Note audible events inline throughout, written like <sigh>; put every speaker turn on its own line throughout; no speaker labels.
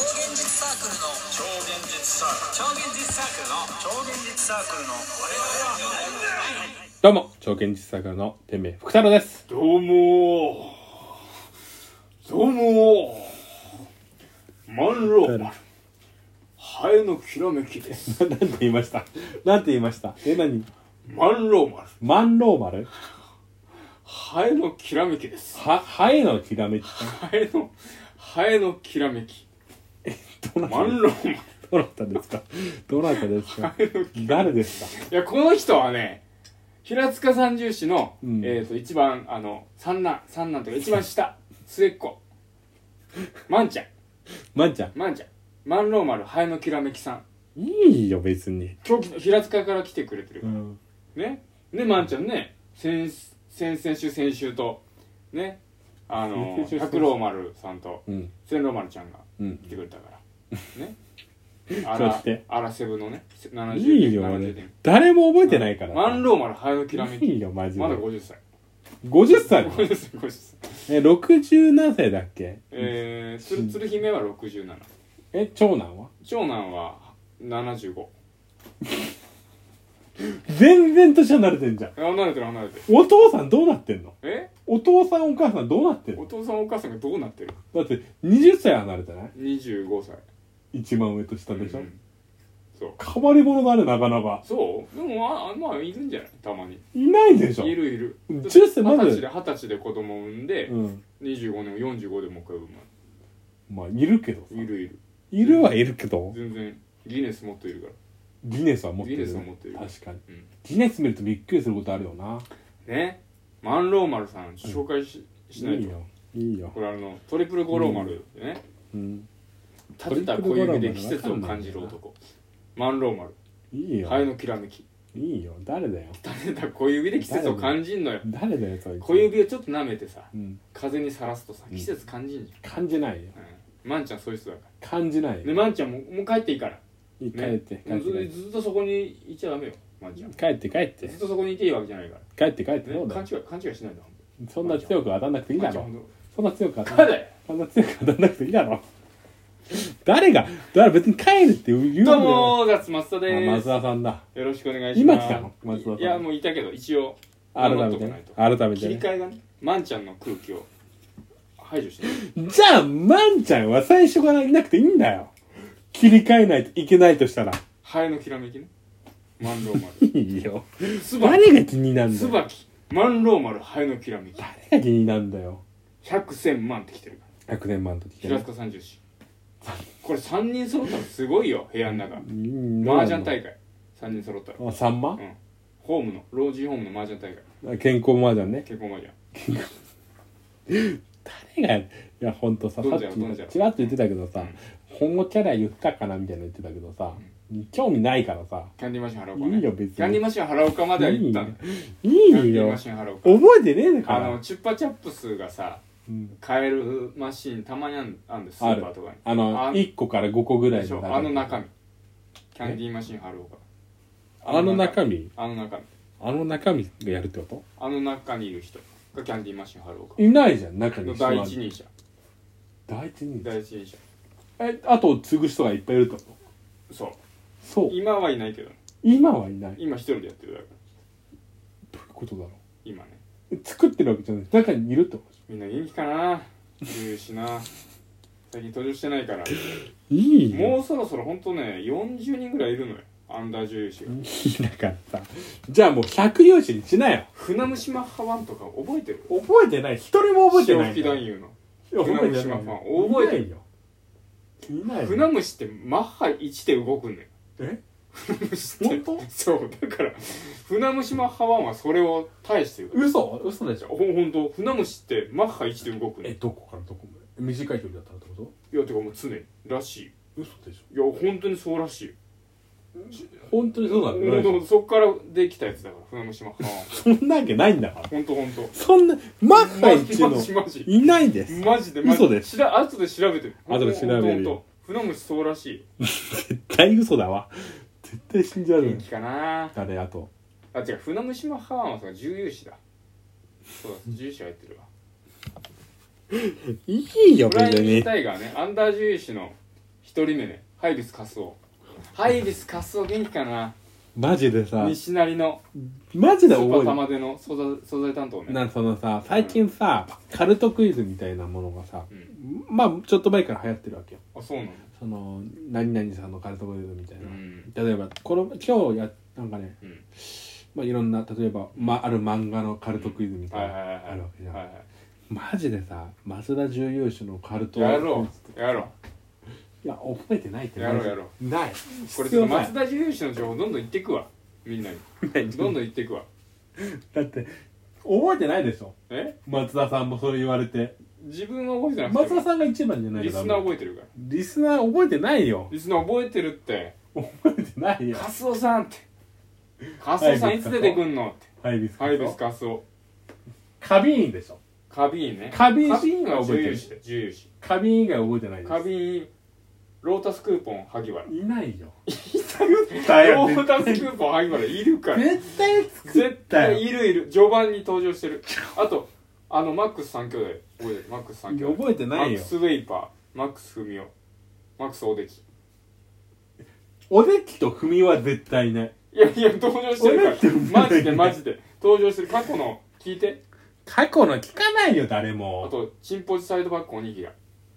サークルの
超現実サーク
超現実サークルの
ル超現実サークルの
どうも、超現実サークルの天命福太郎です。
どうもーどうもーマンローマルハエのきらめきです
なんて言いましたなんて言いましたえ、何
マンローマル
マンローマル
ハエのきらめきです
は、ハエのきらめき。
ハエのハエのきらめき
どなた
マンローマル
どなたですかどなたですか誰ですか
いやこの人はね平塚三重士の、
うん
えっ、と一番あの三男三男というか一番下末っ子マンちゃん
まんちゃ
マンちゃんマンローマルハエのきらめきさん
ん。いいよ、別に。
今日平塚から来てくれてる
うん。
ねねまんちゃんね先先々週先週とねあの
先々週先々週
百郎丸さんと
うん。
千郎丸ちゃんが
うん
来てくれたからねあら
そして
あらセブのねせ70
いいよ、
70
俺。誰も覚えてないから。
マンローマルハエのきらめ
い
き
いよ、マジで
ま。だ50歳
50歳なの
50歳50歳
え、60何歳だっけ
えーつるつる姫は67
え、長男は
長男は75
全然年離れてんじゃん。
え離れてる離れてる
お父さんどうなってんの
え
お父さんお母さんどうなってん
お
の
父さんお母さんがどうなってる
だって20歳離れてない
25歳
一番上と下でしょ、
うんそう
変わり者だねなかなか
そうでもああまあいるんじゃないたまに
いないでしょ
いるいる
10歳ま
二十歳で
ず
二十歳で子供産んで、
うん
25年も45でもう一回産
まあいるけどさ
むいるいる
いるはいるけど
全然ギネス持っているから
ギネスは持ってる
ギネスは持ってる
確かに、
うん
ギネス見るとびっくりすることあるよな
ねマンローマルさん紹介し,、しない
い
と
よいいよ
これあのトリプル五郎丸ね、
うん
立てた小指で季節を感じる男マンローマ
いい
ル
よ、
ハエのきらめき <laughs>
いいよ誰だよ
立てた小指で季節を感じんのよ
誰だよそいつ
小指をちょっと舐めてさ
うん
風にさらすとさ
うん
季節感じんじ
感じないよ
ゃん、うん、マンちゃんそういう人だか
感じない
らで
よ、
マンちゃんももう帰っていいから
いい帰
ね
って、帰
も
っ
うず
て
ずっとそこにいちゃダメよマジ
帰って帰って
でずっとそこにいていいわけじゃないか
帰って帰って
ら、
そ
ね
う、だ
勘
よ
違い勘違いしないでほんと
そんな強く当たんなくていいだ
マンちゃん
ろ
ほんと
そんな強く当たんなくて
彼
そんな強く当たんなくていいだろ誰が誰別に帰るって言う言う
どう
も
もー松松田で
あ
ー
松
す
田さんだ
よろしくお願いします
今来たの松田さん
いやもういたけど一応
改
頑張っ
め
と
て
かない
ね
と
改め
切
て
り
ね
替えがねマンちゃんの空気を排除して
じゃあまんちゃんは最初からいなくていいんだよ切り替えないといけないとしたら
ハエのきらめきねマンローマ
いいよ <laughs>
ルツバ
誰が気にな
キ
んだ
ツ
よ
バキマンローマルハエのきらめき
誰が気になんだよ
100千万ってきてるから
100年前の時
平塚三十四これ3人揃ったらすごいよ部屋の中
マ
麻雀大会3人揃ったら
あさんま
ホームの老人ホームの麻雀大会
健康マージャンね
結婚麻雀
誰がいやほんとさ
ど
さ
ん
っ
じゃろどんじゃ
き
ろ
ちらっと言ってたけどさ
うん
今後キャラ言ったかなみたいなの言ってたけどさ興味ないからさ
キャンディーマシン原岡ね
いいよ別に
キャンディーマシン原岡までは行ったの
い
キ
い
ャン
よい
デ
い
ィー
よ
マシン原岡
覚えてねえのか
あ
ら
のチュッパチャップスがさ
うん
買えるマシンたまにあんあんですス
あ
ー
る
パーとかに
あの
あ
1個から5個ぐら
で
い
し
の
ょあの中身キャンディーマシン原岡
あの中身
あの中身
あの中身がやるってこ
あの中にいる人がキャンディーマシン原岡
といないじゃん中に
の
人は
第一人者
第一人
第一人者
えあと継ぐ人がいっぱいいるってこと
そう
そう
今はいないけど
今はいないどういう
今一人でやってるだから
ことだろ
今ね
う作ってるわけじゃない中にいるってこ
みんな元気かないうしな最近登場してないから
といいよ
もうそろそろほんとね40人ぐらいいるのよアンダー女優誌が
いいだからさじゃあもう百0士にしなよ
船虫マッハワンとか覚えてる
覚えてない一人も覚えてな
潮
い
吹き男優の
いや覚えて
船
な
島
い
ファン覚えて
いないよいないよ
船虫ってマッハ1で動くんだよ
え
船虫って
ほんと
そうだから船虫マッハワンはそれを対してるから
嘘嘘でしょ
ほほんと船虫ってマッハ1で動くんだ
え
よ
どこからどこまで短い距離だったらってこと
いやてかもう常にらし
嘘でしょ
いよいや本当にそうらしいよ
本当にそうなの、
ほんとそっからできたやつだから船虫マッハワンは
そんなわけないんだから
ほんとほん <laughs> と
そんなマッハ
マジ
一
マ
の
ジマジ
いないです
マジでマジ
嘘です
しら後で調べて
後で調べるよ
ほんとほんと船虫そうらしい
絶対嘘だわ絶対信じられ
元
ない
気かな
誰あと
あ違う船虫マッハワンはさ重油師だそうだ重油師入ってるわ
いいよ
フラ
別
イング
に
タイガーねアンダー重油師の一人目ねハイビスカスオハイビスカスオ元気かな
マジでさ
西成の
マ
ス
ジで
ーパー
覚
玉での素材素材担当
えて
ね
なんかそのさ最近さカルトクイズみたいなものがさ
うん
まあちょっと前から流行ってるわけよ
あそうなの
その何々さんのカルトクイズみたいな、
うん
例えばこの今日やなんかね、
うん
まあ、いろんな例えば、まあ、ある漫画のカルトクイズみた
はいいは
な
いはいはい
あるわけじゃん、
はいはい
マジでさ増田重要種のカルト
やろうやろう
いや覚えてないって
やろうやろう
うない
これ
必
ちょ
要
っと
ない
松田重吉の情報どんどん言ってくわみん
<laughs>
なにどんどん言ってくわ
だって覚えてないでしょ
え
松田さんもそれ言われて
自分は覚えてなくて
松田さんが一番じゃない
リ
と
ス
ダメ
ナー覚えてるから
リスナー覚えてないよ
リスナー覚えてるって
覚えてないよ
カスオさんってカスオさんいつ出てくんのって
ハイビスカ
ハイビスカスオ
花瓶でしょ
花瓶ね
花瓶
花瓶は重要視だよ重要視
花瓶以外覚えてないです
花瓶ロータスクーポン萩原
いないよ
ロータスクーポン萩原い
<laughs>
るから
絶対作っ
絶
た
対
よ
いるいる序盤に登場してるあとあのマックス3兄弟覚えてるマックス3兄弟
覚えて
マ
ない
ッ
よ
クス・ウェイパーマックス・フミオマックス・オデキ
おできとふみは絶対いない
いやいや登場してるからマジでマジで登場してる過去の聞いて
過去の聞かないよ誰
あ
も
とチンポジサイドバックおにぎら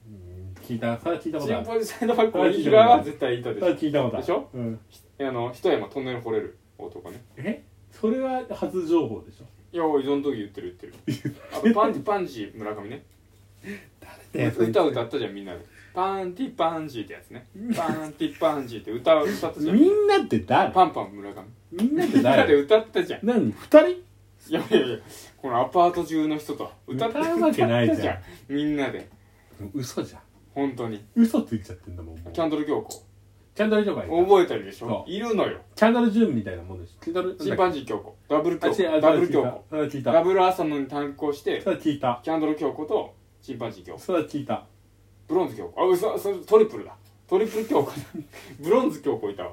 うん聞いたそれは聞いたこ
チ
とあ
ン
る
ポジサイドバックおにぎらは絶対いた
そ
でし
れは聞いたことある
でしょ
うん
ょあの一山トンネル掘れる男ね
えそれは初情報でしょ
いやおいその時言ってる言ってるあとパンティパンジー村上ね歌歌ったじゃんみんなでパンティパンジーってやつねパンティパンジーって歌を歌ったじゃん
みんなって誰
パンパン村上
みんなって
みんなで
誰
歌ったじゃん
何二人
いやいやいやこのアパート中の人と歌って
歌うわけないじゃん
歌ったみんなで
嘘じゃん
本当に
嘘ついちゃってんだもんもう
キャンドル教皇
キャンドルとかいい
覚えてるでしょ
そ
いるのよ
キャンドルジュームみたいなもんですキャンドル
チンパンジー教皇ダブル
あ
教
違う
皇
あ
ダブル
それ
教
は
皇
聞いた
ダブル朝のに対抗して
それは聞いた
キャンドル教皇とチンパンジー教皇
それは聞いた
ブロンズ教皇あ嘘そトリプルだトリプル教皇だ <laughs> ブロンズ教皇いたわ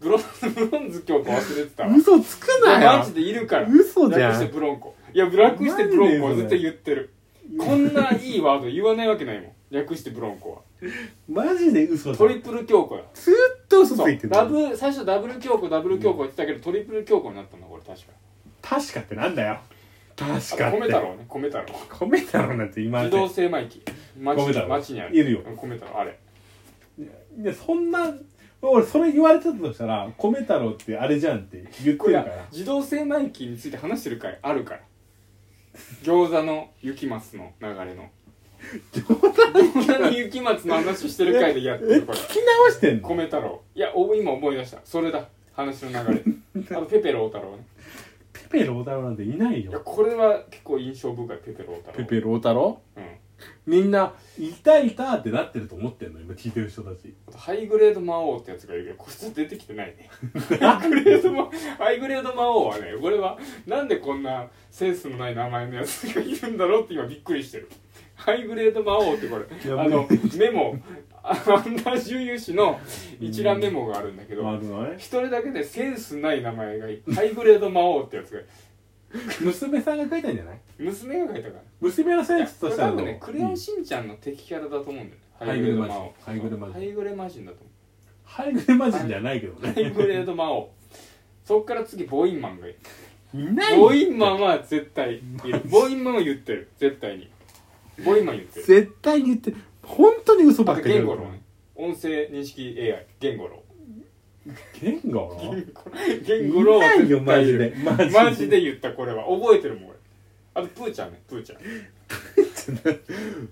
ブロンズブロンズ教皇忘れてたわ
嘘つく
いやマジでいるから
嘘じゃん
略してブロンコいや略してブロンコは
マジで
絶対言ってるこんないいワード言わないわけないもん略してブロンコは
マジで嘘
トリプル強固や
ずっと嘘つ
そ
いうてる
ダブル最初ダブル強固ダブル強固言ってたけど、トリプル強固になったんだこれ確か
確かってなんだよ確か
あと
って
米太郎ね米太郎
米太郎なんて今
自動精米機町
米太郎
町にある
いるよ
うん米太郎あれ
いやそんな俺それ言われてたとしたら米太郎ってあれじゃんって言って
これ
る
は
から
自動精米機について話してる回あるから餃子の雪松の流れの餃子の雪松の話してる回でやって
え
る
聞き
こ <laughs>
直
れ
してんの
米太郎いやお今思い出したそれだ話の流れあとペペロー太郎ね
ペペロー太郎なんていない
いや
よ
これは結構印象深いペペロー太郎
ペペロー太郎
うん
みんないたいたってなってると思ってんの今聞いてる人たち
あとハイグレード魔王ってやつがいるけどこいつ出てきてない <laughs> ねハイグレード魔ハイグレード魔王はねこれはなんでこんなセンスのない名前のやつがいるんだろうって今びっくりしてるハイグレード魔王ってこれ
や
あのメモアンダー周遊誌の一覧メモがあるんだけ
あ
ど
るのね
一人だけでセンスない名前がハイグレード魔王ってやつが
娘さんが書いたんじゃない
娘が書いたから
娘の
い
選
や
手
ことれ
して
多
は
分ねクレヨンしんちゃんの敵キャラだと思うんだよねハイグレード魔王
ハイグレ魔人
ハイグレ魔人だと思う
ハイグレマジンじゃないけど
ハイ
ね
グレード魔王そっから次ボインマンがいる
<laughs> いない
ボインマンは絶対い
<laughs>
るボインマンは言ってる絶対にボインマン言ってる
絶対に言って本当に嘘ば
あ
っ
と
かり
ゲ
言
ン
う
ゴロウね音声認識 AI ゲンゴロ
ゲンゴロウ
ウゲンゴロウは絶対いる
いないよマジで
マジで言ったこれは覚えてるもん俺あとプーちゃんねプーちゃん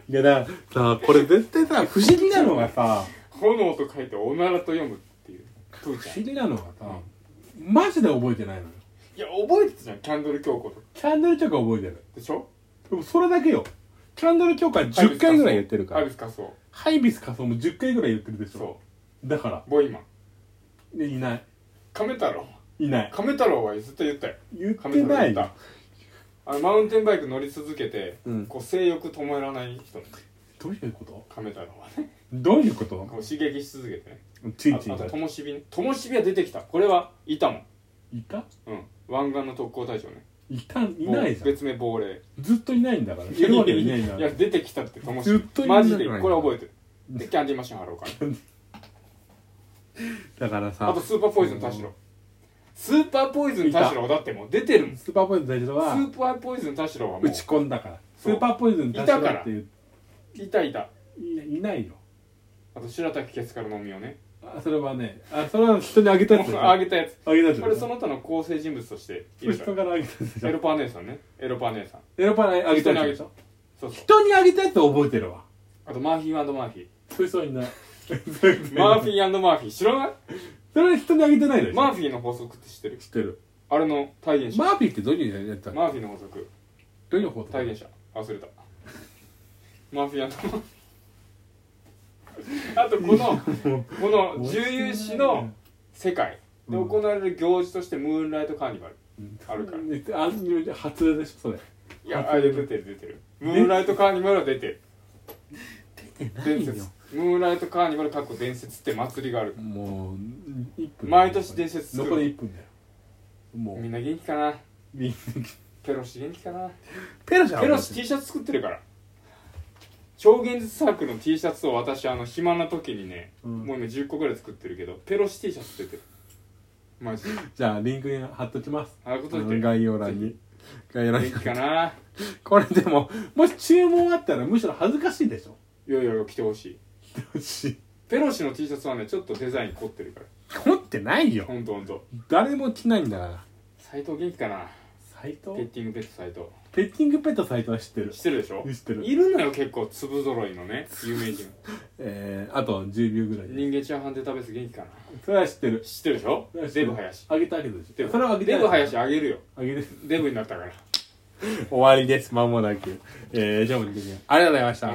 いやだからさこれ絶対さ <laughs> 不思議なのがさ
炎と書いておならと読むっていうプー
不
ちゃん
思議なのがさマジで覚えてないのよ
いや覚えてたじゃんキャンドル教皇とか
キャンドル教科覚えてる
でしょ
でもそれだけよキャンドル教科10回ぐらい言ってるか
ア
ら
ビスカソ
ハイビス仮想も10回ぐらい言ってるでしょ
そ
だから
うボインマン
ねいない
亀太郎
いない
亀太郎はずっと言ったよ
言っ
亀
て
太郎
な
言
い
ったあのマウンテンバイク乗り続けて、
うん
こう性欲止まらない人ね
どういうこと
亀太郎はね
どういうこと
こう刺激し続けてね
ち
あ
いち
と
い
あ
だ
とともしびねともしびは出てきたこれはいたもん
いた
うん湾岸の特攻隊長ね
いたいないじゃん
別名亡霊
ずっといないんだからいるわけいないんだ
いや出てきたってともし
ずっと
び
いない
マ
んだ
ジ
から
でこれ覚えてるでキャンディーマシン貼ろうかな
だからさ
あとスーパーポイズン田代スーパーポイズン田代だってもう出てるもんス
スーパーポイズン大事は
ーパーポイズン田代はもう
打ち込んだからス
そう
ーパーポイズン出したっていう
いたいた
いやいないよ
あと白滝ケツから飲みをね
あそれはねあそれは人にあげたやつだよ
あげたやつ
あげたやつ
こ
だ
れ
よ
その他の構成人物としているか
人からあげたやつ
らエ
だ
ロ
よ
パー姉さんねエロパー姉さん
エロパラあげたやつでしょ
そうそう
人にあげたやつ覚えてるわ
あとマーフィーマーフィ
そういう人 <laughs> いない
ーマーフィーマーフィー知らない
それは人にあげてないでしょ
マーフィーの法則って知ってる
知ってる
あれの体現者
マーフィーってどういうやつだっけ
マーフィーの法則
どういうこと
体現者忘れたマーフィーマー <laughs> フィーあとこのこの重油史の世界で行われる行事としてムーンライトカーニバルあるから
らあん初音でしょそれ
いやあれ出てる出てるムーンライトカーニバルは出てる伝説ムーンライトカーニバル過去伝説って祭りがある
もう1分
毎年伝説作る
残り1分だよも
み
うん
な元気かな
みんな
ペロシ元気かな
ペロじゃん
ペロシ T シャツ作ってるから超現実サークルの T シャツを私あの暇な時にね、
うん
もう今10個ぐらい作ってるけどペロシ T シャツ出てるマジで
じゃあリンクに貼っときます
あこと
あ
いて
の概要欄に概要欄
元
に
気かな
これでももし注文あったらむしろ恥ずかしいでしょ
いやいや来てほしいペロシの T シャツはねちょっとデザイン凝ってるから
凝ってないよ
ほんとほんと
誰も着ないんだから
斎藤元気かな
斎
ペッ
藤
ティングペット斎藤
ペッティングペット斎藤は知ってる
知ってるでしょ
知ってる
いるのよ結構粒揃いのね有
<laughs>
名人
えー、あと10秒ぐらいで
人間チャーハンデータベース元気かな
それは知ってる
知ってるでしょデブ林
あげたけどでし
デ
ょ
ブ
それはあげた
デブ林あげるよ
あげる
デブになったから
終わりですまもなくえー、ジョブにありがとうございました